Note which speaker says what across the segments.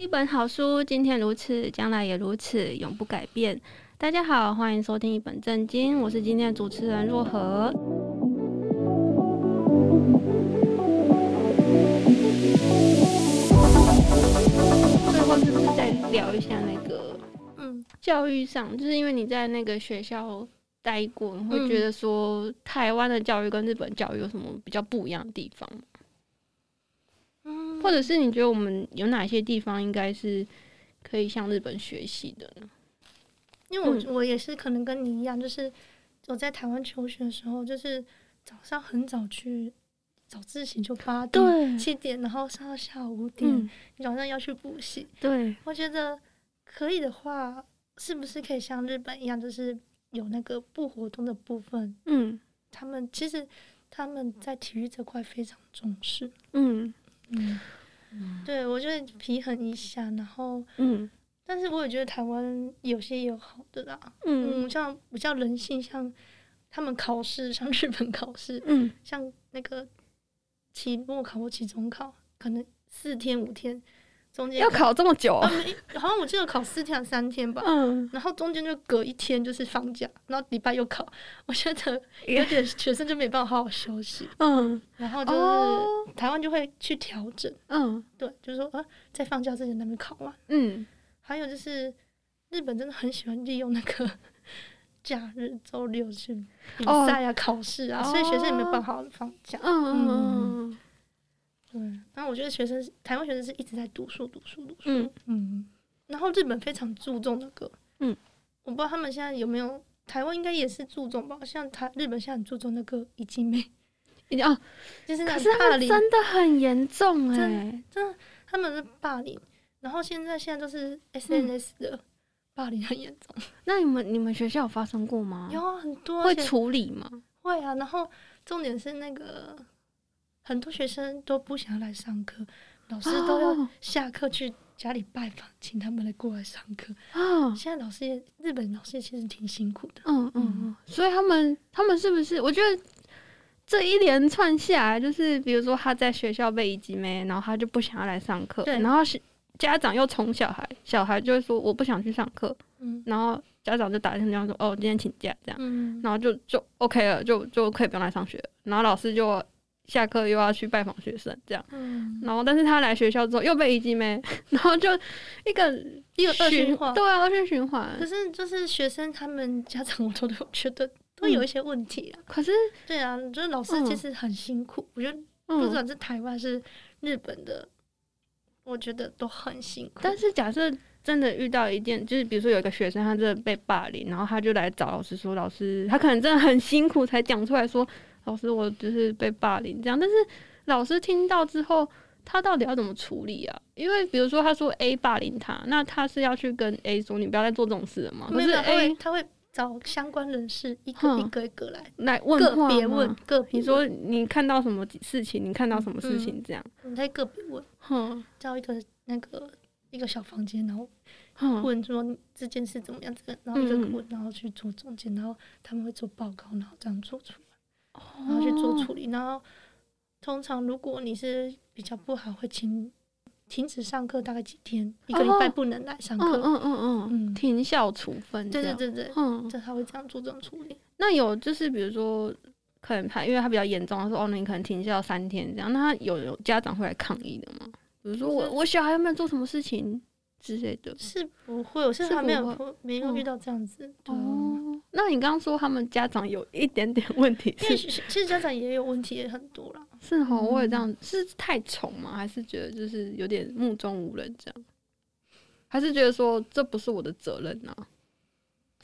Speaker 1: 一本好书，今天如此，将来也如此，永不改变。大家好，欢迎收听《一本正经》，我是今天的主持人若何。最后是不是再聊一下那个
Speaker 2: 嗯，
Speaker 1: 教育上，就是因为你在那个学校待过，你会
Speaker 2: 嗯
Speaker 1: 觉得说台湾的教育跟日本教育有什么比较不一样的地方？
Speaker 2: 嗯
Speaker 1: 或者是你觉得我们有哪些地方应该是可以向日本学习的呢？
Speaker 2: 因
Speaker 1: 嗯
Speaker 2: 为我、我也是可能跟你一样，就是我在台湾求学的时候，就是早上很早去早自习，就八点
Speaker 1: 对
Speaker 2: 七点，然后上到下午五点，
Speaker 1: 嗯，
Speaker 2: 你早上要去补习。
Speaker 1: 对，
Speaker 2: 我觉得可以的话，是不是可以像日本一样，就是有那个部活动的部分？
Speaker 1: 嗯
Speaker 2: 他们其实他们在体育这块非常重视。
Speaker 1: 嗯
Speaker 2: 嗯，对我觉得平衡一下，然后
Speaker 1: 嗯
Speaker 2: 但是我也觉得台湾有些也有好的啦。嗯，
Speaker 1: 嗯
Speaker 2: 像比较人性，像他们考试，像日本考试，
Speaker 1: 嗯
Speaker 2: 像那个期末考或期中考，可能四天五天，中间
Speaker 1: 要考这么久
Speaker 2: 啊，？没好像我记得考四天还是三天吧，
Speaker 1: 嗯，
Speaker 2: 然后中间就隔一天就是放假，然后礼拜又考，我觉得有 点学生就没办法好好休息，
Speaker 1: 嗯
Speaker 2: 然后就是、
Speaker 1: 哦
Speaker 2: 台湾就会去调整，
Speaker 1: 嗯
Speaker 2: 对，就是说啊，在放假之前他们考完，
Speaker 1: 嗯
Speaker 2: 还有就是日本真的很喜欢利用那个 假日周六去比
Speaker 1: 哦
Speaker 2: 赛啊、考试啊，所以学生也没有办法好好放假
Speaker 1: 嗯。嗯嗯
Speaker 2: 对，然后我觉得学生是台湾学生是一直在读书、读书、读书。
Speaker 1: 嗯
Speaker 2: 嗯，然后日本非常注重那个，
Speaker 1: 嗯，
Speaker 2: 我不知道他们现在有没有，台湾应该也是注重吧，像台日本现在很注重那个一季妹，
Speaker 1: 嗯，啊，
Speaker 2: 就是那
Speaker 1: 可
Speaker 2: 种
Speaker 1: 是他
Speaker 2: 霸
Speaker 1: 们
Speaker 2: 凌，
Speaker 1: 真的很严重哎
Speaker 2: 真，他们是霸凌，然后现在现在都
Speaker 1: 嗯
Speaker 2: 是 SNS 的霸凌很严重，
Speaker 1: 那你们你们学校有发生过吗？
Speaker 2: 有啊很多
Speaker 1: 嗯会
Speaker 2: 而且
Speaker 1: 处理吗？
Speaker 2: 会啊，然后重点是那个很多学生都不想来上课，老师都要
Speaker 1: 哦
Speaker 2: 下课去家里拜访，请他们来过来上课。
Speaker 1: 啊，
Speaker 2: 现在老师也日本老师也其实挺辛苦的，
Speaker 1: 嗯嗯嗯，所以他们他们是不是？我觉得这一连串下来，就是比如说他在学校被一级妹，然后他就不想要来上课，
Speaker 2: 对
Speaker 1: 然后是家长又宠小孩，小孩就会说我不想去上课，
Speaker 2: 嗯
Speaker 1: 然后家长就打一通电话说哦今天请假这样，
Speaker 2: 嗯，
Speaker 1: 然后就就 OK 了，就就可以不用来上学了，然后老师就下课又要去拜访学生这样，
Speaker 2: 嗯
Speaker 1: 然后但是他来学校之后又被一级妹， 然后就一个
Speaker 2: 一个恶循环。
Speaker 1: 对啊恶性循环，
Speaker 2: 可是就是学生他们家长，我都都觉得都
Speaker 1: 嗯
Speaker 2: 有一些问题啊。
Speaker 1: 可是
Speaker 2: 对啊，就是老师其实很辛苦，我觉得不
Speaker 1: 嗯。
Speaker 2: 管是台湾还是日本的，我觉得都很辛苦。
Speaker 1: 但是假设真的遇到一件，就是比如说有一个学生他真的被霸凌，然后他就来找老师说，老师他可能真的很辛苦才讲出来说，老师我就是被霸凌这样，但是老师听到之后。他到底要怎么处理啊？因为比如说，他说 A 霸凌他，那他是要去跟 A 说你不要再做这种事了嘛？可
Speaker 2: 哦没有
Speaker 1: 是
Speaker 2: 没有，他会
Speaker 1: A
Speaker 2: 他会找相关人士一
Speaker 1: 哼
Speaker 2: 个一个一个来，
Speaker 1: 来问
Speaker 2: 个
Speaker 1: 话
Speaker 2: 别
Speaker 1: 吗
Speaker 2: 问，个别
Speaker 1: 你说你看到什么事情，你看到什么事
Speaker 2: 嗯
Speaker 1: 情这样？
Speaker 2: 问你在个别问，
Speaker 1: 哼
Speaker 2: 到一个那个一个小房间，然后
Speaker 1: 哼，
Speaker 2: 问说你这件事怎么样，这个然后一个
Speaker 1: 嗯
Speaker 2: 问，然后去做总结，然后他们会做报告，然后这样做出来，然后去做处理，然后通常如果你是比较不好，会请停止上课大概几天，一个礼拜
Speaker 1: 哦
Speaker 2: 不能来
Speaker 1: 嗯嗯
Speaker 2: 上课，
Speaker 1: 嗯嗯嗯，
Speaker 2: 嗯
Speaker 1: 停校处分这
Speaker 2: 对对
Speaker 1: 样。
Speaker 2: 对对，
Speaker 1: 嗯，
Speaker 2: 这他会这样做这种处理，
Speaker 1: 那有就是比如说，可能他因为他比较严重，他说哦，那你可能停校三天这样，那他有有家长会来抗议的吗？比如说我
Speaker 2: 就是
Speaker 1: 我小孩有没有做什么事情之类的？
Speaker 2: 是不会，我是
Speaker 1: 是
Speaker 2: 还没
Speaker 1: 不
Speaker 2: 有
Speaker 1: 会
Speaker 2: 碰没有
Speaker 1: 嗯
Speaker 2: 遇到这样子，对啊。
Speaker 1: 哦，那你刚刚说他们家长有一点点问题
Speaker 2: 啊因为
Speaker 1: 是
Speaker 2: 其实其实家长也有问题，也很多啦。
Speaker 1: 是哦，我也这样，是太宠吗？还是觉得就是有点目中无人这样？还是觉得说这不是我的责任呢、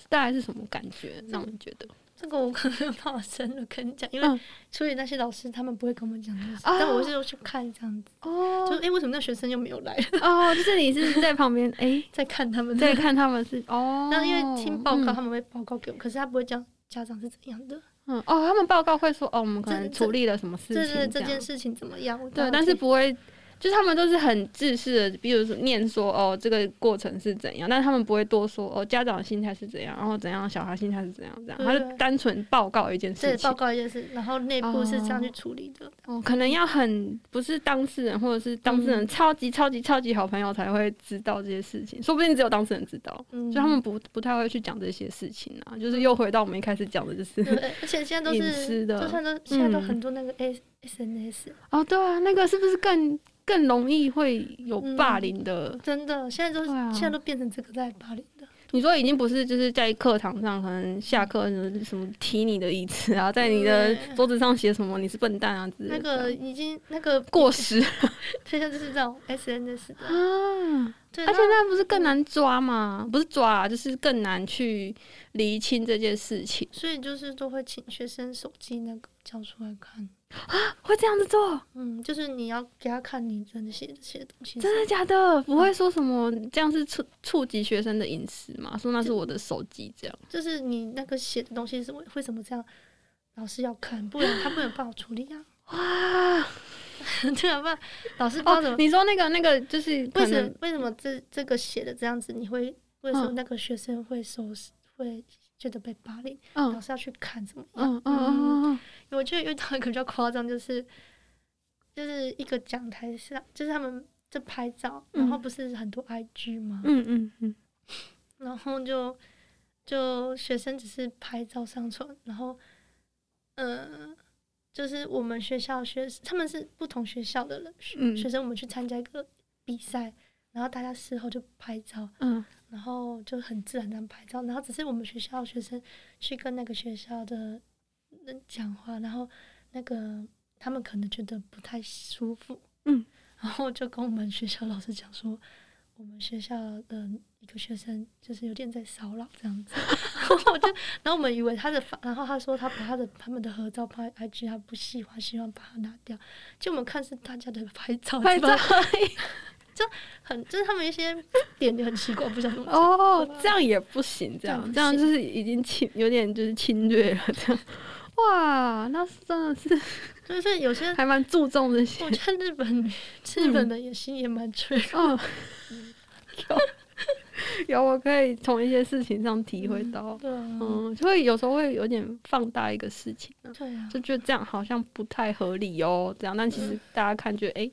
Speaker 1: 大概是什么感觉让你觉得？
Speaker 2: 这个我可能没有办法深入跟你讲，因为
Speaker 1: 嗯
Speaker 2: 处理那些老师他们不会跟我们讲这些事，
Speaker 1: 哦
Speaker 2: 但我是有去看这样子，
Speaker 1: 哦
Speaker 2: 就诶，为什么那学生又没有来，
Speaker 1: 哦，就是 你是在旁边哎，
Speaker 2: 在看他们
Speaker 1: 在。看他们是 哦，
Speaker 2: 那因为听报告
Speaker 1: 嗯
Speaker 2: 他们会报告给我，可是他不会讲家长是怎样的，
Speaker 1: 嗯，哦，他们报告会说，哦，我们可
Speaker 2: 这
Speaker 1: 能
Speaker 2: 这
Speaker 1: 处理了什么事
Speaker 2: 这
Speaker 1: 情，
Speaker 2: 这这件
Speaker 1: 样
Speaker 2: 事情怎么样？我
Speaker 1: 对，
Speaker 2: 大概
Speaker 1: 但是
Speaker 2: 可以
Speaker 1: 不会就是他们都是很自私的，比如说念说哦这个过程是怎样，但他们不会多说哦家长心态是怎样，然后怎样小孩心态是怎样这样，
Speaker 2: 对
Speaker 1: 他
Speaker 2: 对
Speaker 1: 就单纯报告一件
Speaker 2: 这
Speaker 1: 事情
Speaker 2: 报。告一件事，然后内部是这样去处理的。
Speaker 1: 哦，可能要很不是当事人或者是当事人
Speaker 2: 嗯
Speaker 1: 超级超级超级好朋友才会知道这些事情，说不定只有当事人知道，
Speaker 2: 嗯，
Speaker 1: 所以他们不不太会去讲这些事情啊。就是又回到我们一开始讲的，就是
Speaker 2: 嗯对，而且现在都
Speaker 1: 隐
Speaker 2: 是，
Speaker 1: 私的
Speaker 2: 就算都现在都
Speaker 1: 嗯
Speaker 2: 很多那个 S SNS，
Speaker 1: 哦，对啊，那个是不是更更容易会有
Speaker 2: 嗯
Speaker 1: 霸凌的？
Speaker 2: 真的现在都
Speaker 1: 对啊
Speaker 2: 现在都变成这个在霸凌的。
Speaker 1: 你说已经不是就是在课堂上，可能下课什么踢你的椅子啊，在你的
Speaker 2: 对
Speaker 1: 桌子上写什么你是笨蛋啊之类
Speaker 2: 那
Speaker 1: 的这样，
Speaker 2: 个已经那个，
Speaker 1: 过时 啊，
Speaker 2: 现在就是这种 SNS 的，
Speaker 1: 而
Speaker 2: 对，
Speaker 1: 且那嗯不是更难抓吗？不是抓、啊，就是更难去厘清这件事情，
Speaker 2: 所以就是都会请学生手机那个叫出来看，
Speaker 1: 会这样子做，
Speaker 2: 嗯，就是你要给他看你真的写这些东西，
Speaker 1: 真的假的？嗯不会说什么这样是触触及学生的隐私吗？说那是我的手机这样，
Speaker 2: 就是你那个写的东西是为为什么这样，老师要看，不然他没有办法处理啊，
Speaker 1: 哇！
Speaker 2: 对啊，不然老师不知道怎
Speaker 1: 哦
Speaker 2: 么，，
Speaker 1: 你说那个那个就是可
Speaker 2: 为什
Speaker 1: 能
Speaker 2: 么为什么这这个写的这样子，你会为什么
Speaker 1: 嗯
Speaker 2: 那个学生会受会觉得被霸凌，老
Speaker 1: 嗯
Speaker 2: 师要去看怎么样？
Speaker 1: 嗯嗯嗯嗯
Speaker 2: 我就遇到一个比较夸张，就是就是一个讲台上，就是他们在拍照，然后
Speaker 1: 嗯
Speaker 2: 不是很多 IG 嘛，
Speaker 1: 嗯嗯嗯
Speaker 2: 然后就就学生只是拍照上传，然后呃，就是我们学校学他们是不同学校的人，学
Speaker 1: 嗯
Speaker 2: 学生我们去参加一个比赛，然后大家事后就拍照，
Speaker 1: 嗯
Speaker 2: 然后就很自然这样拍照，然后只是我们学校的学生去跟那个学校的人讲话，然后那个他们可能觉得不太舒服，
Speaker 1: 嗯，
Speaker 2: 然后就跟我们学校老师讲说，我们学校的一个学生就是有点在骚扰这样子， 然后我就，然后我们以为他的发，然后他说他把他的他们的合照拍 IG，他不喜欢，希望把它拿掉，就我们看是大家的拍照，
Speaker 1: 拍照
Speaker 2: 是吧 很就是他们一些点就很奇怪，我不想怎么讲
Speaker 1: 哦
Speaker 2: 吧，
Speaker 1: 这样也不行，这样
Speaker 2: 这
Speaker 1: 这样
Speaker 2: 样不行
Speaker 1: 就是已经侵有点就是侵略了这样。哇，那是真的是
Speaker 2: 就是有些
Speaker 1: 还蛮注重这些
Speaker 2: 我，觉得日本日本的也心也蛮脆弱，
Speaker 1: 嗯， 有有我可以从一些事情上体
Speaker 2: 嗯
Speaker 1: 会到，
Speaker 2: 对啊，
Speaker 1: 嗯，就会有时候会有点放大一个事情啊，
Speaker 2: 对啊，
Speaker 1: 就觉得这样好像不太合理哦，这样，但其实大家看觉得哎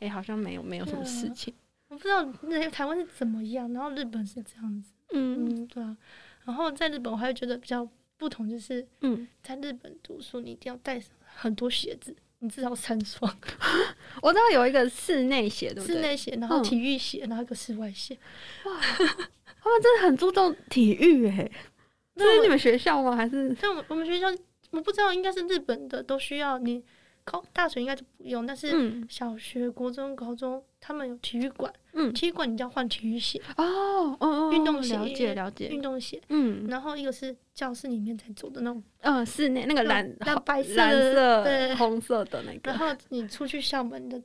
Speaker 1: 哎好像没有没有什么
Speaker 2: 嗯
Speaker 1: 事情，
Speaker 2: 我不知道那台湾是怎么样，然后日本是这样子，
Speaker 1: 嗯
Speaker 2: 嗯，对啊，然后在日本我还会觉得比较不同，就是
Speaker 1: 嗯，
Speaker 2: 在日本读书你一定要带上很多鞋子，你至少三双，
Speaker 1: 我知道有一个室内鞋，对不
Speaker 2: 室
Speaker 1: 对？
Speaker 2: 内鞋，然后
Speaker 1: 嗯
Speaker 2: 体育鞋，然后一个室外鞋，
Speaker 1: 他们真的很注重体育哎，这
Speaker 2: 那
Speaker 1: 是
Speaker 2: 我
Speaker 1: 你们学校吗？还是
Speaker 2: 像我我们学校我不知道应该是日本的都需要你高大学应该就不用，但是
Speaker 1: 嗯
Speaker 2: 小学、国中、高中他们有体育馆，
Speaker 1: 嗯
Speaker 2: 体育馆你就要换体育鞋。
Speaker 1: 哦哦哦，
Speaker 2: 运动
Speaker 1: 哦
Speaker 2: 鞋
Speaker 1: 了解了解
Speaker 2: 运，动鞋，
Speaker 1: 嗯
Speaker 2: 然后一个是教室里面才走的那种，
Speaker 1: 嗯，室内那个蓝
Speaker 2: 那
Speaker 1: 红
Speaker 2: 白色的
Speaker 1: 蓝
Speaker 2: 对
Speaker 1: 色红色的那个，
Speaker 2: 然后你出去校门的，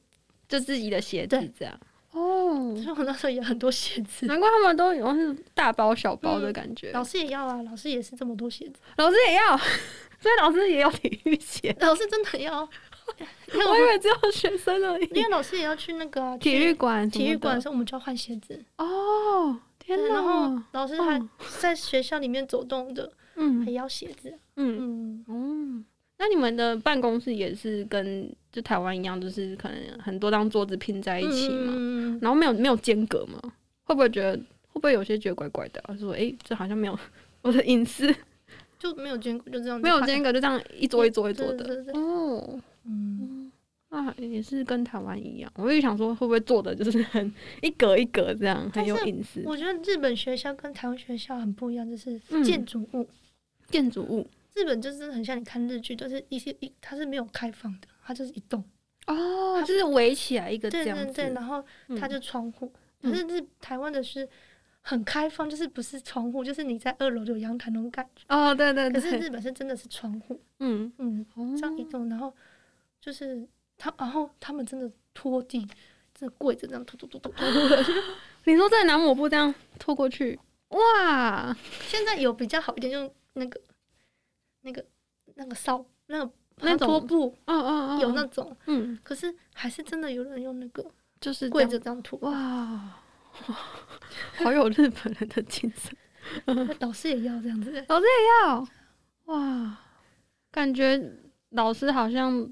Speaker 1: 就自己的鞋子
Speaker 2: 对
Speaker 1: 这样。哦，
Speaker 2: 所以我那时候也很多鞋子，
Speaker 1: 难怪他们都有是大包小包的
Speaker 2: 嗯
Speaker 1: 感觉，
Speaker 2: 老师也要啊，老师也是这么多鞋子，
Speaker 1: 老师也要， 所以老师也有体育 鞋。
Speaker 2: 老师真的要，因为我
Speaker 1: 我以
Speaker 2: 们
Speaker 1: 为只有学生而
Speaker 2: 因
Speaker 1: 已。
Speaker 2: 为老师也要去那个啊、
Speaker 1: 体育馆什么的，
Speaker 2: 体育馆的时候，我们就要换鞋子，
Speaker 1: 哦，天
Speaker 2: 对
Speaker 1: 哪！
Speaker 2: 然后老师还
Speaker 1: 嗯
Speaker 2: 在学校里面走动的，还
Speaker 1: 嗯
Speaker 2: 要鞋子，
Speaker 1: 嗯
Speaker 2: 嗯，
Speaker 1: 哦，那你们的办公室也是跟就台湾一样，就是可能很多张桌子拼在一起嘛？
Speaker 2: 嗯，嗯嗯
Speaker 1: 然后没有没有间隔吗？会不会觉得会不会有些觉得怪怪的、啊？说哎、诶这好像没有 我的隐 私，
Speaker 2: 就没有间隔，就这样
Speaker 1: 没有间隔，就这样一桌一桌一桌
Speaker 2: 对对对
Speaker 1: 的。哦，
Speaker 2: 嗯，
Speaker 1: 那也是跟台湾一样。我就想说，会不会做的就是很一格一格这样，很
Speaker 2: 但是
Speaker 1: 有隐私？
Speaker 2: 我觉得日本学校跟台湾学校很不一样，就是
Speaker 1: 嗯
Speaker 2: 建筑物。
Speaker 1: 建筑物
Speaker 2: 日本就是很像你看日剧，就是一些一它是没有开放的，它就是一栋，
Speaker 1: 哦
Speaker 2: 它
Speaker 1: 就是围起来一个
Speaker 2: 对
Speaker 1: 这样
Speaker 2: 对
Speaker 1: 子，
Speaker 2: 对，然后
Speaker 1: 嗯
Speaker 2: 它就窗户。
Speaker 1: 嗯
Speaker 2: 可是日台湾的是很开放，就是不是窗户，就是你在二楼有阳台那种感觉。
Speaker 1: 哦，对对
Speaker 2: 可是
Speaker 1: 对，
Speaker 2: 日本是真的是窗户，
Speaker 1: 嗯，
Speaker 2: 嗯，
Speaker 1: 哦
Speaker 2: 这样一栋，然后就是他，然后他们真的拖地，真的跪着这样拖拖拖拖拖。
Speaker 1: 你说在拿抹布这样拖过去，哇，
Speaker 2: 现在有比较好一点，用那个那个那个扫那个
Speaker 1: 那种
Speaker 2: 拖布
Speaker 1: 哦哦哦，
Speaker 2: 有那种，
Speaker 1: 嗯
Speaker 2: 可是还是真的有人用那个
Speaker 1: 就是这
Speaker 2: 跪
Speaker 1: 样
Speaker 2: 着这样吐。
Speaker 1: 哇，哇 好有日本人的精神。
Speaker 2: 老师也要这样 子，
Speaker 1: 老师也要，哇，感觉老师好像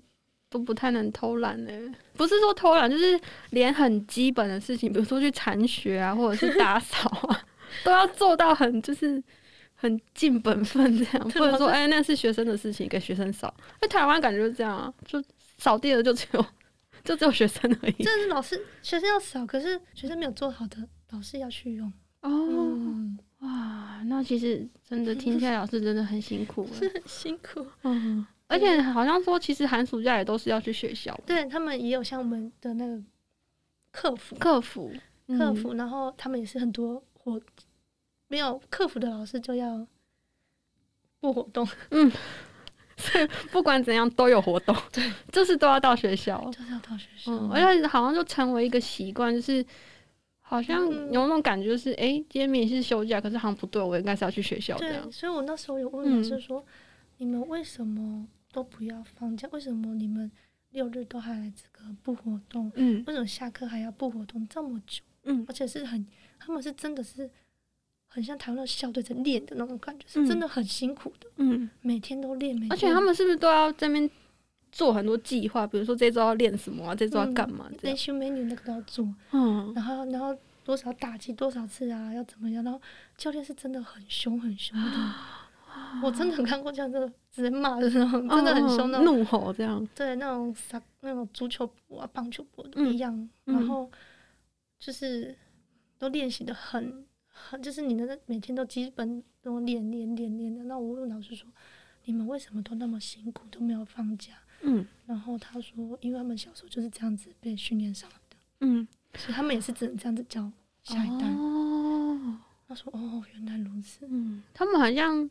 Speaker 1: 都不太能偷懒呢、不是说偷懒，就是连很基本的事情，比如说去铲雪啊，或者是打扫 啊，都要做到很就是很尽本分这样，不能说哎、那是学生的事情，给学生扫。那台湾感觉就是这样啊，就扫地的就只有 就只有学生而已。
Speaker 2: 这是老师学生要扫，可是学生没有做好的，老师要去用。
Speaker 1: 哦，
Speaker 2: 嗯，
Speaker 1: 哇，那其实真的听起来老师真的很辛苦欸。
Speaker 2: 很辛苦。
Speaker 1: 嗯，而且好像说，其实寒暑假也都是要去学校
Speaker 2: 对他们也有像我们的那个客服，
Speaker 1: 客服，
Speaker 2: 客服，然后他们也是很多活，没有客服的老师就要不活动，
Speaker 1: 嗯不管怎样都有活 动，对，就是都要到学校。
Speaker 2: 就是要到学校。
Speaker 1: 嗯，而且好像就成为一个习惯，就是好像
Speaker 2: 嗯
Speaker 1: 有那种感觉，就是哎、诶今天明明是休假，可是好像不对，我应该是要去学校这样
Speaker 2: 对，。所以我那时候有问老
Speaker 1: 嗯
Speaker 2: 师说，你们为什么都不要放假？为什么你们六日都还来这个不活动？
Speaker 1: 嗯
Speaker 2: 为什么下课还要不活动这么久？
Speaker 1: 嗯
Speaker 2: 而且是很，他们是真的是很像台湾的校队在练的那种感觉，
Speaker 1: 嗯
Speaker 2: 是真的很辛苦的，
Speaker 1: 嗯，
Speaker 2: 每天都练，每天
Speaker 1: 而且他们是不是都要在那边做很多计划？比如说这周要练什么啊，这周要干嘛这
Speaker 2: 练
Speaker 1: 样？
Speaker 2: 习 menu 那个都要做，
Speaker 1: 嗯，
Speaker 2: 然后然后多少打击多少次啊，要怎么样？然后教练是真的很凶很凶的，
Speaker 1: 啊
Speaker 2: 我真的很看过这样子直接骂的那种，真的很凶那
Speaker 1: 嗯
Speaker 2: 种，
Speaker 1: 怒吼这样。
Speaker 2: 对那种啥那种足球部啊棒球部都
Speaker 1: 嗯
Speaker 2: 一样，
Speaker 1: 嗯
Speaker 2: 然后就是都练习的很很，就是你的每天都基本都练练练练的。那我问老师说，你们为什么都那么辛苦都没有放假？
Speaker 1: 嗯
Speaker 2: 然后他说，因为他们小时候就是这样子被训练上来的。
Speaker 1: 嗯，
Speaker 2: 所以他们也是只能这样子教下一代。
Speaker 1: 哦
Speaker 2: 他说：“哦，原来如此。
Speaker 1: 嗯，他们好像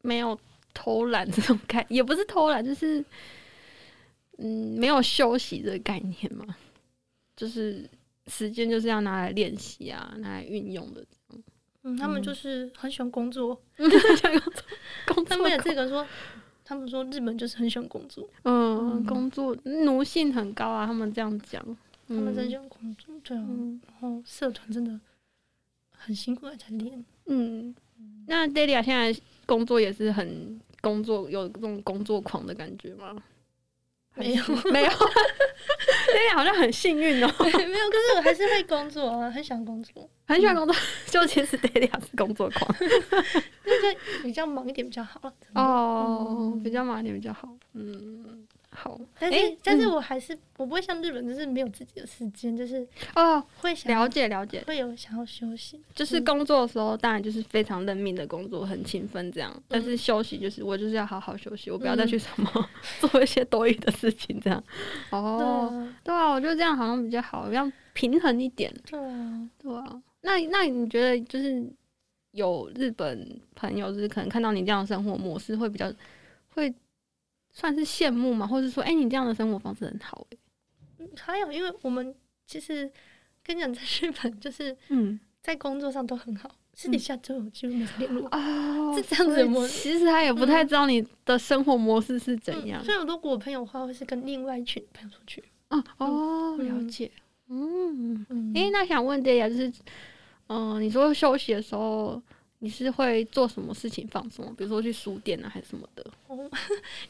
Speaker 1: 没有偷懒这种概， 也不是偷懒，就是嗯，没有休息的概念嘛，就是时间就是要拿来练习啊，拿来运用的。”
Speaker 2: 嗯，他们就是很喜欢工作。
Speaker 1: 工
Speaker 2: 他
Speaker 1: 作
Speaker 2: 们有
Speaker 1: 狂，
Speaker 2: 这个说，他们说日本就是很喜欢工作，
Speaker 1: 嗯，工作奴性很高啊，他们这样讲，
Speaker 2: 他们真
Speaker 1: 嗯
Speaker 2: 喜欢工作。对啊，
Speaker 1: 嗯
Speaker 2: 然后社团真的很辛苦地啊在练。
Speaker 1: 嗯，那 Delia 现在工作也是很工作，有这种工作狂的感觉吗？还
Speaker 2: 没有
Speaker 1: 是没有 ，Delia 好像很幸运哦。
Speaker 2: 没有，可是我还是会工作啊，很想工作。
Speaker 1: 很喜欢工作， 就其实 Delia 是工作狂
Speaker 2: 那就比较忙一点比较好了。真的，
Speaker 1: 哦，比较忙一点比较好。嗯，好
Speaker 2: 但是、
Speaker 1: 诶
Speaker 2: 但是
Speaker 1: 嗯
Speaker 2: 我还是我不会像日本，就是没有自己的时间，就是
Speaker 1: 哦，
Speaker 2: 会想
Speaker 1: 了
Speaker 2: 要
Speaker 1: 解了解，
Speaker 2: 会有想要休息。
Speaker 1: 就是工作的时候，当然就是非常认命的工作，很勤奋这样。但是休息就是我就是要好好休息，我不要再去什么 做一些多余的事情这样。哦，
Speaker 2: 对啊，
Speaker 1: 对啊，我觉得这样好像比较好，要平衡一点。
Speaker 2: 对啊。
Speaker 1: 对啊，那那你觉得就是有日本朋友，就是可能看到你这样的生活模式，会比较会算是羡慕嘛，或者说，哎、你这样的生活方式很好、欸，
Speaker 2: 还有，因为我们其实跟你讲，在日本就是
Speaker 1: 嗯
Speaker 2: 在工作上都很好，私底下就有几乎没有联络。
Speaker 1: 啊，
Speaker 2: 是这样子的模式
Speaker 1: 其嗯实他也不太知道你的生活模式是怎样
Speaker 2: 嗯、。所以如果我朋友的话，会是跟另外一群朋友出去。
Speaker 1: 啊哦，
Speaker 2: 嗯
Speaker 1: 了解。嗯，
Speaker 2: 嗯，
Speaker 1: 哎、那想问 d a 就是，嗯、你说休息的时候，你是会做什么事情放松？比如说去书店啊，还是什么的？
Speaker 2: 我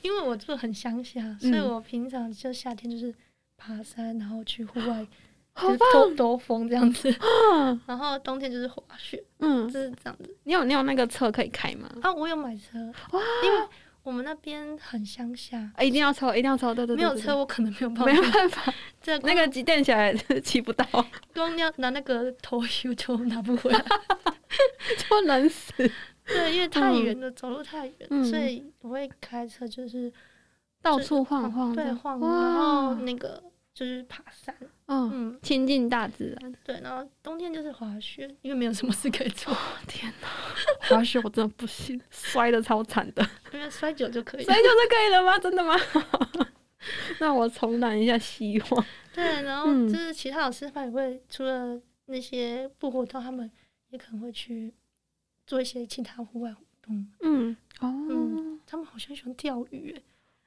Speaker 2: 因为我住很乡下，
Speaker 1: 嗯
Speaker 2: 所以我平常就夏天就是爬山，然后去户外。
Speaker 1: 好啊
Speaker 2: 就是兜兜风这样子，
Speaker 1: 棒！
Speaker 2: 然后冬天就是滑雪，就
Speaker 1: 嗯，
Speaker 2: 是这样子。
Speaker 1: 你有你有那个车可以开吗？
Speaker 2: 啊，我有买车，因为我们那边很乡下，
Speaker 1: 啊，一定要抽，一定要抽，对对对，
Speaker 2: 没有
Speaker 1: 对
Speaker 2: 车，我可能没有办
Speaker 1: 没
Speaker 2: 法。
Speaker 1: 办法，
Speaker 2: 这
Speaker 1: 那个几电起来 骑不到，
Speaker 2: 光要拿那个头油就拿不 回来，
Speaker 1: 就冷死。
Speaker 2: 对，因为太远了，走路太远，
Speaker 1: 嗯
Speaker 2: 所以我会开车，就是
Speaker 1: 到处晃晃这
Speaker 2: 对
Speaker 1: 样，
Speaker 2: 晃，然后
Speaker 1: 哇，
Speaker 2: 那个就是爬山，
Speaker 1: 嗯，
Speaker 2: 嗯，
Speaker 1: 亲近大自然。
Speaker 2: 对，然后冬天就是滑雪，因为没有什么事可以做，
Speaker 1: 天哪，滑雪我真的不行，摔的超惨 的。
Speaker 2: 因为摔久就可以
Speaker 1: 摔。就是可以了吗？真的吗？ 那我重燃一下希望。
Speaker 2: 对，然后
Speaker 1: 嗯
Speaker 2: 就是其他老师他也会除了那些不活动，他们也可能会去做一些其他户外活动，
Speaker 1: 嗯，哦，
Speaker 2: 嗯他们好像喜欢钓鱼欸，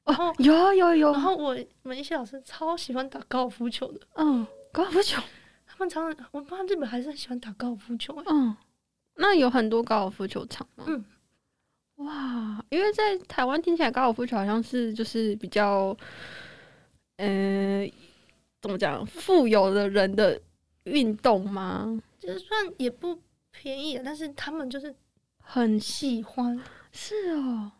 Speaker 2: 然后
Speaker 1: 哦，有有有
Speaker 2: 然，后我们一些老师超喜欢打高尔夫球的。
Speaker 1: 嗯，高尔夫球，
Speaker 2: 他们常常，我不知道日本还是很喜欢打高尔夫球、欸，
Speaker 1: 嗯，那有很多高尔夫球场吗？
Speaker 2: 嗯，
Speaker 1: 哇，因为在台湾听起来高尔夫球好像是就是比较，嗯，怎么讲，富有的人的运动吗？
Speaker 2: 就是算也不便宜，但是他们就是
Speaker 1: 很
Speaker 2: 喜欢，
Speaker 1: 是哦，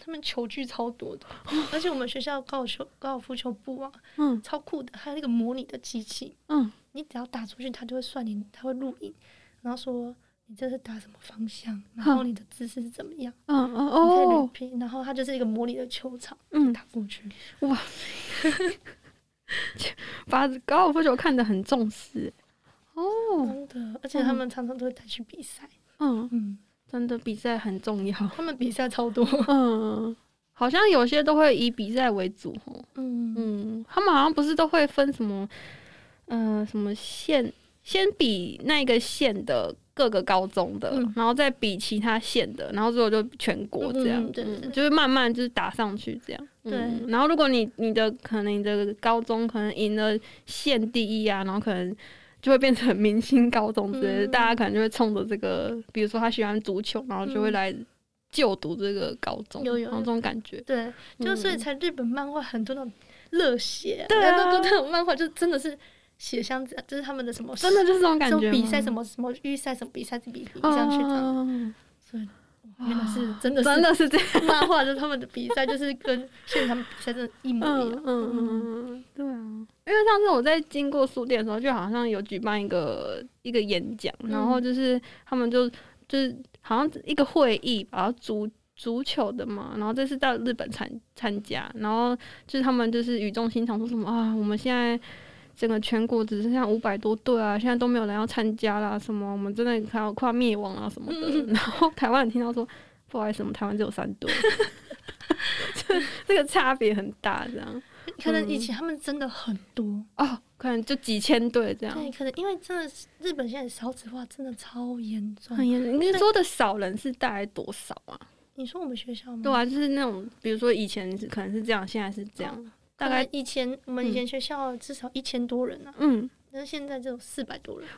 Speaker 2: 他们球具超多的，而且我们学校高尔球高尔夫球部啊，
Speaker 1: 嗯
Speaker 2: 超酷的，还有那个模拟的机器，
Speaker 1: 嗯，
Speaker 2: 你只要打出去，它就会算你，它会录影，然后说你这是打什么方向，然后
Speaker 1: 哼
Speaker 2: 你的姿势是怎么样，
Speaker 1: 嗯嗯
Speaker 2: 你可以捋
Speaker 1: 哦，
Speaker 2: 拼，然后它就是一个模拟的球场
Speaker 1: 嗯，
Speaker 2: 打过去，
Speaker 1: 把高尔夫球看得很重视欸哦，
Speaker 2: 真的，而且他们常常都会带去比赛，
Speaker 1: 嗯，
Speaker 2: 嗯，
Speaker 1: 真的比赛很重要，
Speaker 2: 他们比赛超多，
Speaker 1: 嗯，好像有些都会以比赛为主哦。
Speaker 2: 嗯嗯
Speaker 1: 嗯，他们好像不是都会分什么，呃，什么县，先比那个县的各个高中的，
Speaker 2: 嗯
Speaker 1: 然后再比其他县的，然后最后就全国这样，
Speaker 2: 嗯嗯对对对
Speaker 1: 就是慢慢就是打上去这样。嗯
Speaker 2: 对
Speaker 1: 然后如果你你的可能你的高中可能赢了县第一啊，然后可能。就会变成明星高中之类的，
Speaker 2: 嗯
Speaker 1: 大家可能就会冲着这个，比如说他喜欢足球，然后就会
Speaker 2: 嗯
Speaker 1: 来就读这个高中，
Speaker 2: 有有有
Speaker 1: 然后这种感觉。
Speaker 2: 对，就所以
Speaker 1: 嗯
Speaker 2: 才日本漫画很多那种热血、
Speaker 1: 对啊
Speaker 2: 那那那种漫画就真的是血箱子，啊就是他们的什么
Speaker 1: 真的就是这种感
Speaker 2: 什么
Speaker 1: 觉吗，
Speaker 2: 比赛什么什么预赛什么比赛比比上去这样，
Speaker 1: 嗯
Speaker 2: 所以原来是真的
Speaker 1: 真的是这样，
Speaker 2: 是 漫画，就是他们的比赛就是跟现场比赛真的一模一
Speaker 1: 嗯
Speaker 2: 样，
Speaker 1: 嗯嗯，对啊，因为上次我在经过书店的时候，就好像有举办一个一个演讲，
Speaker 2: 嗯
Speaker 1: 然后就是他们就就是好像一个会议吧，然后足足球的嘛，然后这次到日本参参加，然后就是他们就是语重心长说什么啊，我们现在。整个全国只剩下五百多队啊，现在都没有人要参加啦，什么我们真的快要快要灭亡啊什么的。 然后台湾人听到说，不好意思，我们台湾只有三队， 这这个差别很大，这样
Speaker 2: 可能以
Speaker 1: 嗯
Speaker 2: 前他们真的很多，
Speaker 1: 哦，可能就几千队这样，
Speaker 2: 对，可能因为真的是日本现在少子化真的超严重。
Speaker 1: 很严重。你说的少人是大概多少啊？
Speaker 2: 你说我们学校吗？
Speaker 1: 对啊，就是那种比如说以前是可能是这样，现在是这样，大
Speaker 2: 可能
Speaker 1: 概
Speaker 2: 以前我们以前学校至少一千多人啊，
Speaker 1: 嗯，
Speaker 2: 但是现在只有四百多人，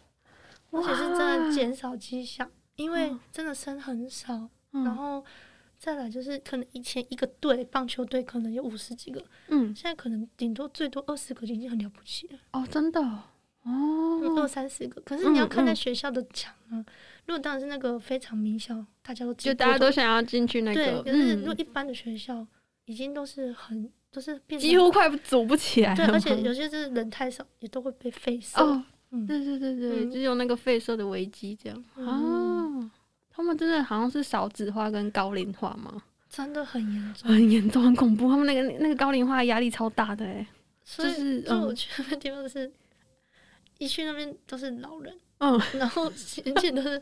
Speaker 2: 而且是真的减少迹象，因为真的生很少，然
Speaker 1: 嗯
Speaker 2: 后再来就是可能以前一个队棒球队可能有五十几个，
Speaker 1: 嗯
Speaker 2: 现在可能顶多最多二十个就已经很了不起了，
Speaker 1: 哦，真的哦
Speaker 2: 二
Speaker 1: 哦，
Speaker 2: 三十个。可是你要看
Speaker 1: 嗯
Speaker 2: 在
Speaker 1: 嗯
Speaker 2: 学校的强啊，如果当然是那个非常名校，大家都知
Speaker 1: 就大家
Speaker 2: 多
Speaker 1: 都
Speaker 2: 少
Speaker 1: 想要进去那
Speaker 2: 对，
Speaker 1: 个，
Speaker 2: 可是如果
Speaker 1: 嗯，
Speaker 2: 一般的学校已经都是很都是变成
Speaker 1: 几乎快组不起来
Speaker 2: 对，
Speaker 1: 了
Speaker 2: 而
Speaker 1: 吗。
Speaker 2: 且 有些就是人太少，也都会被废死。
Speaker 1: 哦，
Speaker 2: 嗯
Speaker 1: 对对对对，
Speaker 2: 嗯
Speaker 1: 就是有那个废社的危机这样
Speaker 2: 嗯
Speaker 1: 啊。他们真的好像是少子化跟高龄化嘛，
Speaker 2: 真的很严重。
Speaker 1: 很严重，很恐怖。他们那个那个高龄化压力超大的哎、
Speaker 2: 所
Speaker 1: 就
Speaker 2: 以，
Speaker 1: 是
Speaker 2: 所以我
Speaker 1: 嗯
Speaker 2: 去那个地方是，一去那边都是老人，
Speaker 1: 嗯
Speaker 2: 然后而且都是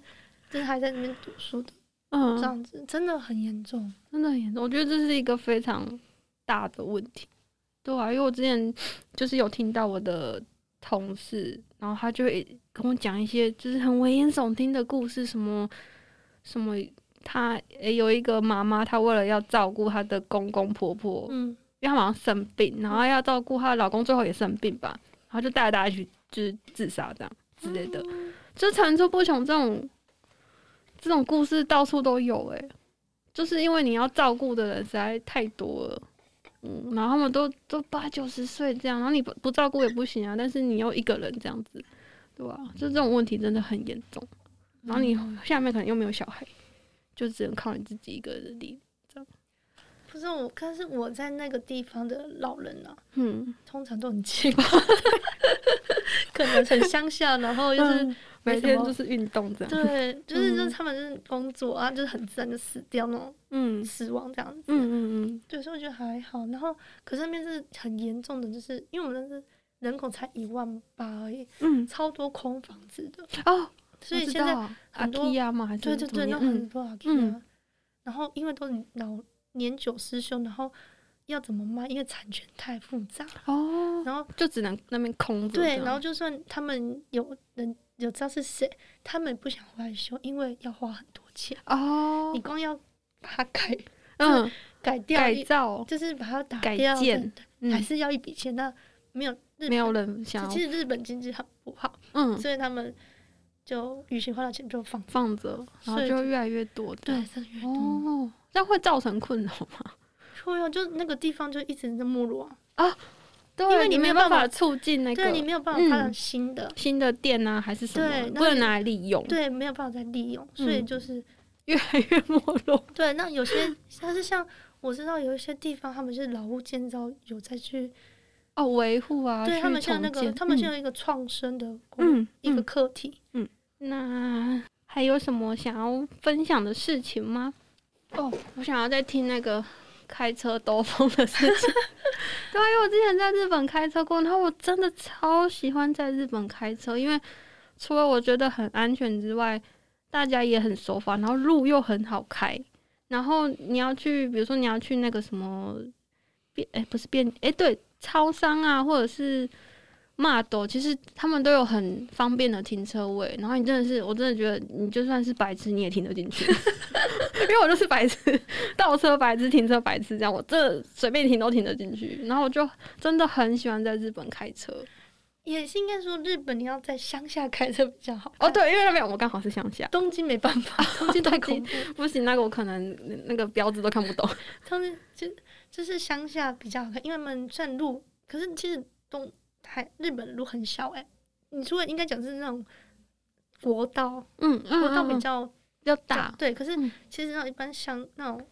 Speaker 2: 就是还在那边读书的，这
Speaker 1: 嗯，
Speaker 2: 样子真的很严重。
Speaker 1: 真的很严重。我觉得这是一个非常大的问题，对啊，因为我之前就是有听到我的同事，然后他就会跟我讲一些就是很危言耸听的故事，什么什么。他诶有一个妈妈，她为了要照顾她的公公婆婆，
Speaker 2: 嗯，
Speaker 1: 因为她好像生病，然后要照顾她的老公，最后也生病吧，然后就带着大家一起就是自杀这样之类的，就层出不穷这种这种故事到处都有诶、就是因为你要照顾的人实在太多了，嗯，然后他们都都八九十岁这样，然后你不不照顾也不行啊，但是你又一个人这样子，对吧、就这种问题真的很严重，然后你下面可能又没有小孩，就只能靠你自己一个人力，
Speaker 2: 不是我，但是我在那个地方的老人啊，
Speaker 1: 嗯，
Speaker 2: 通常都很奇怪， 可能很乡下，然后就是、
Speaker 1: 嗯每天就是运动这样。
Speaker 2: 对，就是就是
Speaker 1: 嗯
Speaker 2: 他们就是工作啊，就是很自然就死掉那种
Speaker 1: 嗯
Speaker 2: 死亡这样子。
Speaker 1: 嗯嗯
Speaker 2: 对，所以我觉得还好。然后，可是那边是很严重的，就是因为我们那是人口才一万八而已，
Speaker 1: 嗯
Speaker 2: 超多空房子的，
Speaker 1: 嗯 哦，
Speaker 2: 所以现在
Speaker 1: 阿
Speaker 2: 很多
Speaker 1: 提亚吗？还是
Speaker 2: 对对对，那
Speaker 1: 那
Speaker 2: 很
Speaker 1: 嗯
Speaker 2: 多啊，
Speaker 1: 嗯
Speaker 2: 嗯、然后因为都老年久失修，然后要怎么卖？因为产权太复杂，
Speaker 1: 哦，
Speaker 2: 然后
Speaker 1: 就只能那边空着这
Speaker 2: 对，
Speaker 1: 样。
Speaker 2: 然后就算他们有人有知道是谁，他们也不想回来修，因为要花很多钱，你
Speaker 1: 哦，
Speaker 2: 光要把它改
Speaker 1: 嗯，
Speaker 2: 改掉，
Speaker 1: 改造
Speaker 2: 就是把它打
Speaker 1: 改
Speaker 2: 掉，
Speaker 1: 建
Speaker 2: 还
Speaker 1: 嗯
Speaker 2: 是要一笔钱，那没有日
Speaker 1: 没有
Speaker 2: 本
Speaker 1: 人想要
Speaker 2: 其实日本经济很不好，
Speaker 1: 嗯
Speaker 2: 所以他们就雨形花的钱就放
Speaker 1: 放着，然后
Speaker 2: 所以
Speaker 1: 就越来越多这样。
Speaker 2: 对，真的越多。
Speaker 1: 哦，这样会造成困扰吗？
Speaker 2: 会啊，就那个地方就一直在没落啊。
Speaker 1: 对
Speaker 2: 因为
Speaker 1: 你
Speaker 2: 你没
Speaker 1: 没
Speaker 2: 有
Speaker 1: 办
Speaker 2: 办
Speaker 1: 法
Speaker 2: 法
Speaker 1: 促进那
Speaker 2: 对你
Speaker 1: 个嗯
Speaker 2: 没有办法发展新的，
Speaker 1: 新的店啊，还是什么
Speaker 2: 对，那
Speaker 1: 不能
Speaker 2: 你
Speaker 1: 拿来利用，
Speaker 2: 对，没有办法再利用，所以
Speaker 1: 嗯
Speaker 2: 就是、
Speaker 1: 越来越没落。
Speaker 2: 对。那有些但是像我知道有一些地方，他们是老屋建造有再去，
Speaker 1: 哦，维护啊，
Speaker 2: 对他
Speaker 1: 去
Speaker 2: 们像那
Speaker 1: 重
Speaker 2: 个，
Speaker 1: 建
Speaker 2: 他们现
Speaker 1: 嗯
Speaker 2: 在有一个创生的工、
Speaker 1: 嗯
Speaker 2: 一个
Speaker 1: 嗯
Speaker 2: 课题。
Speaker 1: 那还有什么想要分享的事情吗？哦，我想要再听那个开车兜风的事 情。对啊，因为我之前在日本开车过，然后我真的超喜欢在日本开车，因为除了我觉得很安全之外，大家也很守法，然后路又很好开。然后你要去，比如说你要去那个什么便，哎、不是便，哎、对，超商啊，或者是骂斗，其实他们都有很方便的停车位。然后你真的是，我真的觉得你就算是白痴，你也停得进 去，因为我就是白痴， 倒车白痴，停车白痴，这样我这随便停都停得进去。然后我就真的很喜欢在日本开车。
Speaker 2: 也是应该说，日本你要在乡下开车比较好。
Speaker 1: 哦，，对，啊因为那边我刚好是乡下，
Speaker 2: 东京没办法，东京太恐怖了。
Speaker 1: 不行，那个我可能那个标志都看不懂。
Speaker 2: 他们就就是乡下比较好看，因为他们虽然路，可是其实东台日本的路很小哎、你除了应该讲是那种国道，
Speaker 1: 嗯，嗯
Speaker 2: 国道
Speaker 1: 嗯
Speaker 2: 比
Speaker 1: 嗯
Speaker 2: 较、
Speaker 1: 比较大，
Speaker 2: 对，可是
Speaker 1: 嗯
Speaker 2: 其实那种一般乡那种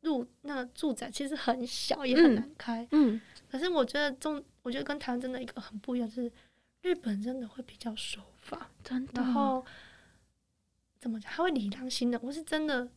Speaker 2: 路那个住宅其实很小，也很
Speaker 1: 嗯
Speaker 2: 难开。
Speaker 1: 嗯，
Speaker 2: 可是我觉得中，我觉得跟台湾真的一个很不一样，就是日本真的会比较守法，
Speaker 1: 真的
Speaker 2: 然，后。怎么讲？他会礼让行人，我是真的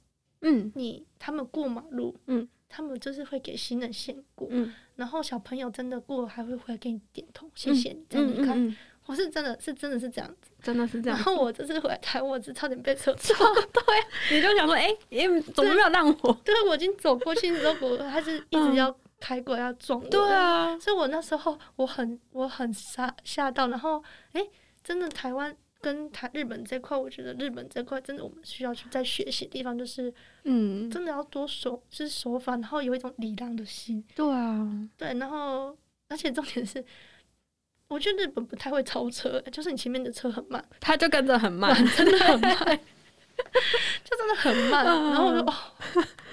Speaker 1: 嗯
Speaker 2: 你他们过马路，
Speaker 1: 嗯，
Speaker 2: 他们就是会给行人先过，
Speaker 1: 嗯，
Speaker 2: 然后小朋友真的过还会回来给你点头，谢谢你，这样
Speaker 1: 嗯
Speaker 2: 你看，
Speaker 1: 嗯嗯
Speaker 2: 我是真的是真的是这样子。
Speaker 1: 真的是这
Speaker 2: 然
Speaker 1: 样。
Speaker 2: 后我这次回台，我是差点被车撞，
Speaker 1: 你就想说，哎、欸，怎么没有让我？
Speaker 2: 对啊我已经走过去，然后我他是一直
Speaker 1: 嗯
Speaker 2: 要开过来要撞我，
Speaker 1: 对，啊，
Speaker 2: 所以我那时候我很我很吓吓到，然后哎，真的台湾。跟台日本这块，我觉得日本这块真的我们需要去再学习的地方，就是
Speaker 1: 嗯，
Speaker 2: 真的要多手，就是手法，然后有一种礼让的心。
Speaker 1: 对啊，
Speaker 2: 对，然后而且重点是，我觉得日本不太会超车，就是你前面的车很慢，
Speaker 1: 他就跟着很慢， 真的很 慢。
Speaker 2: 就真的很慢。然后我就
Speaker 1: 嗯
Speaker 2: 哦，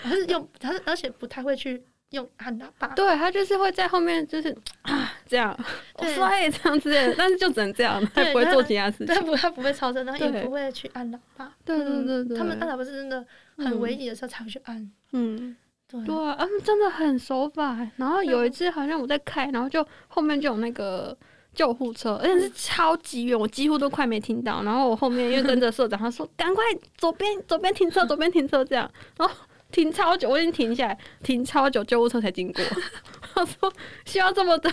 Speaker 2: 还是用，还是而且不太会去用按喇叭。
Speaker 1: 对他就是会在后面，就是啊这样，我
Speaker 2: 对
Speaker 1: 摔这样之类的，但是就只能这样，他
Speaker 2: 对
Speaker 1: 也 不会
Speaker 2: 他
Speaker 1: 做其他事
Speaker 2: 对，
Speaker 1: 情。
Speaker 2: 不，他不会超车，然后
Speaker 1: 对
Speaker 2: 也不会去按喇叭。
Speaker 1: 对对
Speaker 2: 嗯
Speaker 1: 对对，
Speaker 2: 他们按喇叭是真的很危急的时候才会去按。
Speaker 1: 嗯，
Speaker 2: 对，
Speaker 1: 对啊，他们真的很守法。欸然后
Speaker 2: 嗯
Speaker 1: 有一次好像我在开，然后就后面就有那个。救护车，而且
Speaker 2: 嗯
Speaker 1: 是超级远，我几乎都快没听到。然后我后面因为跟着社长，他说赶快左边左边停车，左边停车这样，然后停超久，我已经停下来，停超久，救护车才经过。 他说需要这么 的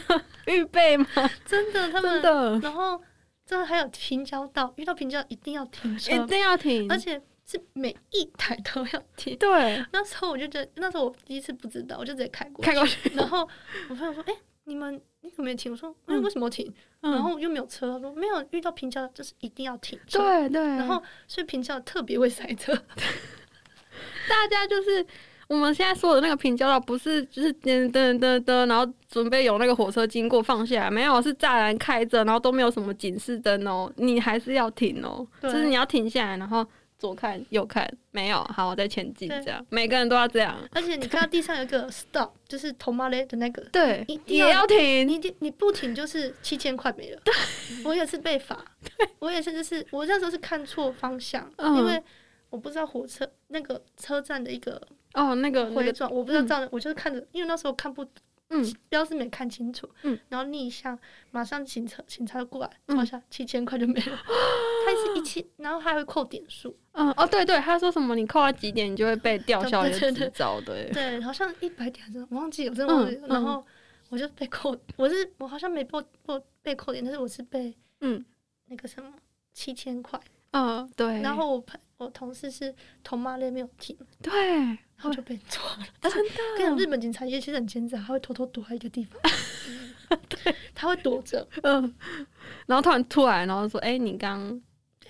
Speaker 1: 预备吗？
Speaker 2: 真的，他
Speaker 1: 真
Speaker 2: 们，
Speaker 1: 的
Speaker 2: 然后真的还有平交道，遇到平交一定要停车，
Speaker 1: 一定要停，
Speaker 2: 而且是每一台都要 停。
Speaker 1: 对
Speaker 2: 那时候我就觉得，那时候我第一次不知道，我就直接开过去
Speaker 1: 开过去，
Speaker 2: 然后我朋友说：“哎、你们你怎么没停？”我说：“哎、
Speaker 1: 嗯
Speaker 2: 为什么停？”然后又没有车，他说：“没有遇到平交，就是一定要停。”。
Speaker 1: 对对，
Speaker 2: 然后，所以平交特别会塞车，
Speaker 1: 大家就是我们现在说的那个平交道，不是就是噔噔噔噔，然后准备有那个火车经过放下来，没有是栅栏开着，然后都没有什么警示灯哦，你还是要停哦，就
Speaker 2: 对
Speaker 1: 是你要停下来，然后左看右看，没有，啊好，我再前进，
Speaker 2: 对
Speaker 1: 这样每个人都要这样，
Speaker 2: 而且你看到地上有一个 stop，就是头马雷的那个，
Speaker 1: 对
Speaker 2: 一，定要
Speaker 1: 也要停，
Speaker 2: 你你你不停就是七千块没了。我也是被罚，我也是就是我那时候是看错方向，
Speaker 1: 嗯
Speaker 2: 因为我不知道火车那个车站的一个
Speaker 1: 哦，那个那
Speaker 2: 回
Speaker 1: 个，
Speaker 2: 转，我不知道
Speaker 1: 嗯
Speaker 2: 这样的，我就是看着，因为那时候看不
Speaker 1: 嗯，
Speaker 2: 标志没看清楚，
Speaker 1: 嗯
Speaker 2: 然后逆向，马上警察警察就过来
Speaker 1: 嗯
Speaker 2: 抓一下，七千块就没 了，他是一千，然后还会扣点数，
Speaker 1: 嗯，哦，对对，他说什么你扣到几点，你就会被吊销你的
Speaker 2: 对对对
Speaker 1: 执照，对，
Speaker 2: 对，好像一百点还是忘记，我真的忘记了，
Speaker 1: 嗯嗯
Speaker 2: 然后我就被扣，我是我好像没被被被扣点，但是我是被
Speaker 1: 嗯
Speaker 2: 那个什么七千块，哦
Speaker 1: 嗯，对，
Speaker 2: 然后我朋我同事是头骂咧没有停，
Speaker 1: 对，
Speaker 2: 然后就被抓了。
Speaker 1: 啊真
Speaker 2: 跟你讲，
Speaker 1: 的，哦
Speaker 2: 日本警察也其实很奸诈，他会偷偷躲在一个地 方，他会躲着，
Speaker 1: 嗯，然后突然突然，然后说，哎、你刚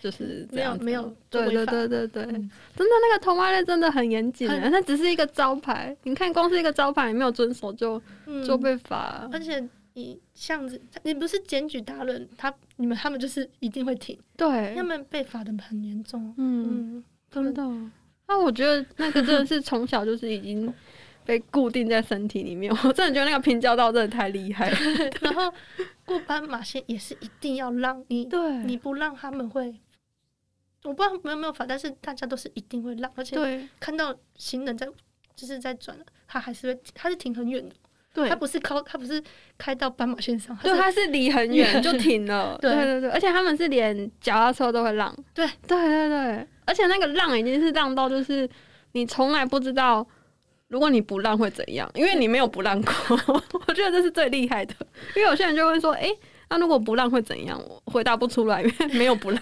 Speaker 1: 就是这
Speaker 2: 没有
Speaker 1: 样子
Speaker 2: 没有
Speaker 1: 对对
Speaker 2: 违法
Speaker 1: 对对对，
Speaker 2: 嗯
Speaker 1: 真的那个同花类真的很严谨欸的，
Speaker 2: 很
Speaker 1: 它只是一个招牌，你看光是一个招牌，你没有遵守就、
Speaker 2: 嗯
Speaker 1: 就被罚，
Speaker 2: 而且你这样子，你不是检举达人，他你们他们就是一定会停，
Speaker 1: 对
Speaker 2: 他，们被罚的很严重。
Speaker 1: 嗯，
Speaker 2: 嗯，
Speaker 1: 真的。那我觉得那个真的是从小就是已 经被固定在身体里面，我真的觉得那个平交道真的太厉害了。
Speaker 2: 然后过斑马线也是一定要让你，
Speaker 1: 对，
Speaker 2: 你不让他们会，我不知道有没有罚，但是大家都是一定会让，而且
Speaker 1: 对
Speaker 2: 看到行人在就是在转，他还是会，他是停很远的，
Speaker 1: 对
Speaker 2: 他，不是靠，他不是开到斑马线上，他
Speaker 1: 对，
Speaker 2: 是
Speaker 1: 它是离很 远就停了。
Speaker 2: 对
Speaker 1: 对对对，而且他们是连脚踏车都会让。
Speaker 2: 对
Speaker 1: 对对对，而且那个浪已经是浪到，就是你从来不知道，如果你不浪会怎样，因为你没有不浪过。 我觉得这是最厉害的，因为有些人就会说，诶，那如果不浪会怎样？我回答不出来，因为没有不浪。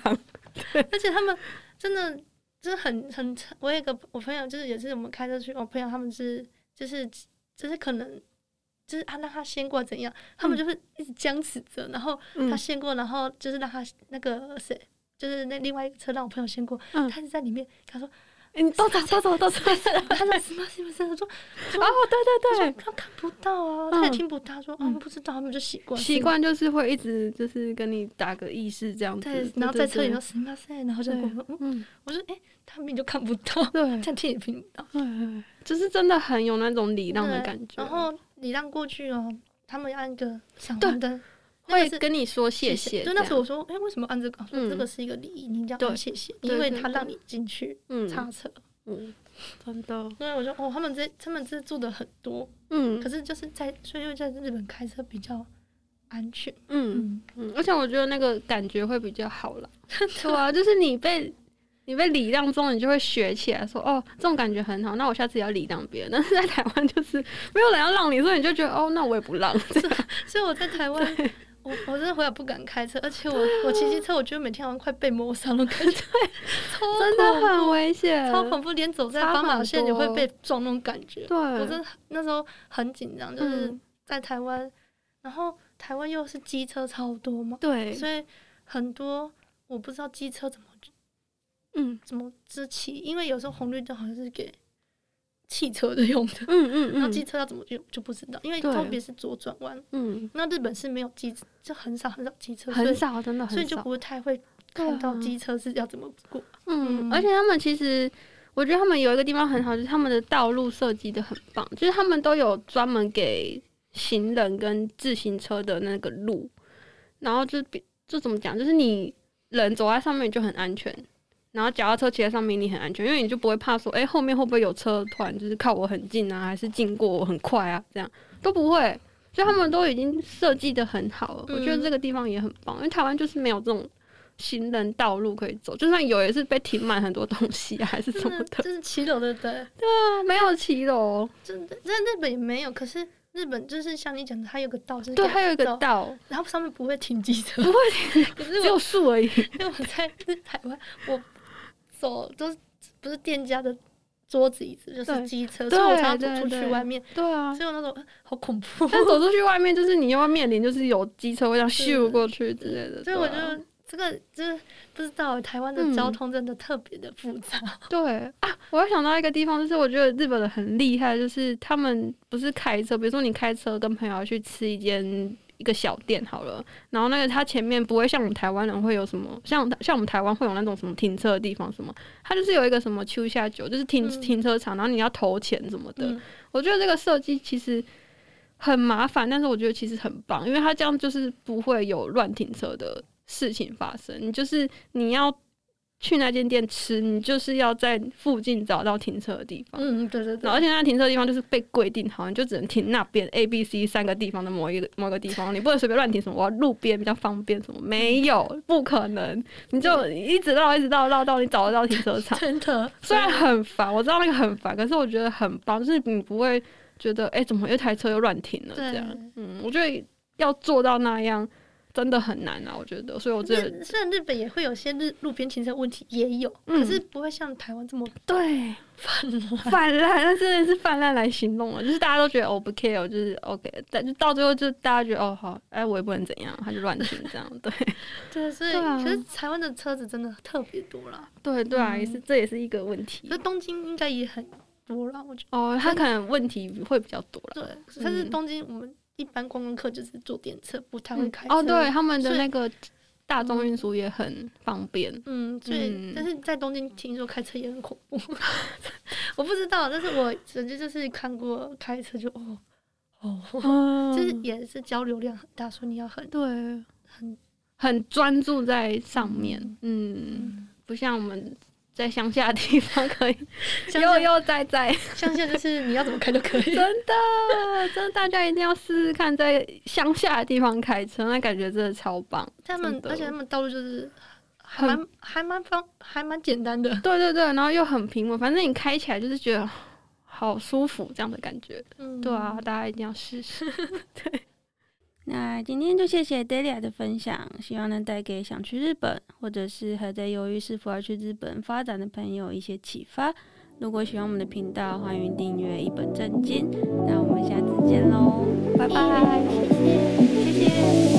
Speaker 2: 而且他们真的真的很很，我有一个我朋友就是也是我们开车去，我朋友他们是就是就是可能就是啊让他先过怎样，他们就是一直僵持着，然后
Speaker 1: 嗯
Speaker 2: 他先过，然后就是让他那个谁。就是那另外一个车让我朋友先过，
Speaker 1: 嗯
Speaker 2: 他是在里面，他说，啊
Speaker 1: 诶 你都走都走 都走，都走
Speaker 2: 他说什么什么什么，我说
Speaker 1: 哦，对对对。
Speaker 2: 他看不到啊，他也
Speaker 1: 嗯
Speaker 2: 听不到，他说啊不知道，他们就习惯
Speaker 1: 习，惯就是会一直就是跟你打个意识这样子
Speaker 2: 对，，然后在车里
Speaker 1: 对
Speaker 2: 说，什么什么，然后就跟我说，嗯，
Speaker 1: 嗯，
Speaker 2: 我说哎，他明明就看不到，
Speaker 1: 对
Speaker 2: 这，样听也听不到，
Speaker 1: 对，就是真的很有那种礼让的
Speaker 2: 对
Speaker 1: 感觉，
Speaker 2: 然后你让过去哦，他们按一个闪
Speaker 1: 对
Speaker 2: 光灯，那个
Speaker 1: 会
Speaker 2: 是
Speaker 1: 跟你说谢
Speaker 2: 谢。
Speaker 1: 谢。
Speaker 2: 就那时候我说，哎，为什么按这个？我说这
Speaker 1: 嗯
Speaker 2: 个是一个礼仪，你一定要
Speaker 1: 对
Speaker 2: 按谢谢，
Speaker 1: 对
Speaker 2: 因为
Speaker 1: 对
Speaker 2: 他
Speaker 1: 对
Speaker 2: 让你进去
Speaker 1: 这样，
Speaker 2: 擦车。
Speaker 1: 嗯，嗯真的，
Speaker 2: 对，我说哦，他们这他们这做的很多，
Speaker 1: 嗯
Speaker 2: 可是就是在所以因为在日本开车比较安全。
Speaker 1: 嗯
Speaker 2: 嗯，
Speaker 1: 嗯，而且我觉得那个感觉会比较好啦。对啊，就是你被你被礼让中，你就会学起来说，哦，这种感觉很好，那我下次也要礼让别人。 但是在台湾就是没有人要让你，所以你就觉得，哦，那我也不 让。
Speaker 2: 所以我在台 湾，我我真的回来不敢开车，而且我我骑机车，我觉得每天好像快被谋杀了， 感觉超
Speaker 1: 真的
Speaker 2: 恐
Speaker 1: 很危险，
Speaker 2: 怖超恐怖，连走在
Speaker 1: 差
Speaker 2: 斑马
Speaker 1: 很
Speaker 2: 线也会
Speaker 1: 多
Speaker 2: 被撞那种感觉。
Speaker 1: 对，
Speaker 2: 我真的那时候很紧张，就是
Speaker 1: 嗯，
Speaker 2: 在台湾，然后台湾又是机车超多嘛，
Speaker 1: 对，
Speaker 2: 所以很多我不知道机车怎么
Speaker 1: 嗯
Speaker 2: 怎么支骑，因为有时候红绿灯好像是给汽车的用的，
Speaker 1: 嗯嗯
Speaker 2: 然后机
Speaker 1: 嗯
Speaker 2: 车要怎么用就不知道，因为
Speaker 1: 对
Speaker 2: 特别是左转弯，
Speaker 1: 嗯，
Speaker 2: 那日本是没有机，就很少很少机车，所
Speaker 1: 很
Speaker 2: 以
Speaker 1: 少，真的
Speaker 2: 所以
Speaker 1: 很
Speaker 2: 就
Speaker 1: 少。
Speaker 2: 不太会看到
Speaker 1: 对啊
Speaker 2: 机车是要怎么 过，嗯
Speaker 1: 嗯，而且他们其实，我觉得他们有一个地方很好，就是他们的道路设计的很棒，就是他们都有专门给行人跟自行车的那个路，然后就比就怎么讲，就是你人走在上面你就很安全，然后脚踏车骑在上面你很安全，因为你就不会怕说，哎、后面会不会有车突然就是靠我很近啊，还是经过我很快啊，这样都不会。所以他们都已经设计的很好了，我觉得
Speaker 2: 嗯
Speaker 1: 这个地方也很棒，因为台湾就是没有这种行人道路可以走，就算有也是被停满很多东西啊，还是什
Speaker 2: 真
Speaker 1: 么
Speaker 2: 的
Speaker 1: 的
Speaker 2: 就是骑楼的对。
Speaker 1: 啊，没有骑楼，
Speaker 2: 真的，在日本也没有，可是日本就是像你讲的，它有个道，就是
Speaker 1: 对，
Speaker 2: 给
Speaker 1: 还有一个
Speaker 2: 道，
Speaker 1: 道，
Speaker 2: 然后上面不会停机车，
Speaker 1: 不
Speaker 2: 会停。可是
Speaker 1: 只
Speaker 2: 我
Speaker 1: 有树而 已。
Speaker 2: 因为我在台湾，我走都是不是店家的桌子椅子，就是
Speaker 1: 对
Speaker 2: 机车，
Speaker 1: 对
Speaker 2: 所以我常常走
Speaker 1: 对
Speaker 2: 出去
Speaker 1: 对
Speaker 2: 外面，
Speaker 1: 对啊，
Speaker 2: 所以我那种呃好恐怖。
Speaker 1: 但走出去外面，就是你又要面临，就是有机车会这样咻过去之类的。
Speaker 2: 所以我
Speaker 1: 对
Speaker 2: 觉
Speaker 1: 啊
Speaker 2: 得这个就是不知道台湾的交
Speaker 1: 嗯
Speaker 2: 通真的特别的复杂。
Speaker 1: 对啊，我又想到一个地方，就是我觉得日本人很厉害，就是他们不是开车，比如说你开车跟朋友去吃一间一个小店好了，然后那个它前面不会像我们台湾人会有什么，像像我们台湾会有那种什么停车的地方什么，它就是有一个什么秋下酒，就是停、
Speaker 2: 嗯
Speaker 1: 停车场，然后你要投钱什么的。
Speaker 2: 嗯，
Speaker 1: 我觉得这个设计其实很麻烦，但是我觉得其实很棒，因为它这样就是不会有乱停车的事情发生。你就是你要去那间店吃，你就是要在附近找到停车的地方。
Speaker 2: 嗯，对对
Speaker 1: 然后，而
Speaker 2: 对，
Speaker 1: 且那停车的地方就是被规定好，你就只能停那边 A、B、C 三个地方的某一个某一个地方，你不能随便乱停什么，我要路边比较方便什么，没有，不可能，你就一直绕，一直绕，绕到你找得到停 车场。
Speaker 2: 真的，
Speaker 1: 虽然很烦，我知道那个很烦，可是我觉得很棒，就是你不会觉得，哎、怎么一台车又乱停了
Speaker 2: 对
Speaker 1: 这样。嗯，我觉得要做到那样真的很难啊，我觉得。所以我觉得，
Speaker 2: 日虽然日本也会有些日路边停车问题也有，
Speaker 1: 嗯
Speaker 2: 可是不会像台湾这么
Speaker 1: 对
Speaker 2: 泛滥。
Speaker 1: 泛滥，那真的是泛滥来形容了，就是大家都觉得哦不 care，就是 OK，但就到最后就大家觉得哦好，哎、我也不能怎样，他就乱停这样，对。
Speaker 2: 对，所以、
Speaker 1: 对啊
Speaker 2: 可是台湾的车子真的特别多啦，
Speaker 1: 对对啊，也是，这也是一个问题
Speaker 2: 可。是东京应该也很多啦，我觉
Speaker 1: 哦，他可能问题会比较多了。
Speaker 2: 得。对，但是东京我们一般观光客就是坐电车，不太会
Speaker 1: 嗯
Speaker 2: 开车。
Speaker 1: 哦，对，，他们的
Speaker 2: 所以
Speaker 1: 那个大众运输也很方便。
Speaker 2: 嗯，所以、
Speaker 1: 嗯
Speaker 2: 但是在东京听说开车也很恐怖， 我不知道，但是我曾经就是看过开车就哦哦，
Speaker 1: 嗯
Speaker 2: 就是也是交流量很大，所以你要很
Speaker 1: 对，
Speaker 2: 很
Speaker 1: 很专注在上面。嗯，
Speaker 2: 嗯，
Speaker 1: 不像我们在乡下的地方可以
Speaker 2: 像
Speaker 1: 悠
Speaker 2: 现
Speaker 1: 悠哉哉。
Speaker 2: 像现在就是你要怎么开都可以。
Speaker 1: 真的， 真的，大家一定要试试看，在乡下的地方开车，那感觉真的超棒。
Speaker 2: 他们
Speaker 1: 真的
Speaker 2: 而且他们道路就是还
Speaker 1: 很
Speaker 2: 蛮还蛮方还蛮简单的，
Speaker 1: 对对对，然后又很平稳，反正你开起来就是觉得好舒服这样的感觉。
Speaker 2: 嗯，
Speaker 1: 对啊，大家一定要 试试。
Speaker 3: 那今天就谢谢 Delia 的分享，希望能带给想去日本，或者是还在犹豫是否要去日本发展的朋友一些启发。如果喜欢我们的频道，欢迎订阅一本正经。那我们下次见喽，拜拜，谢谢。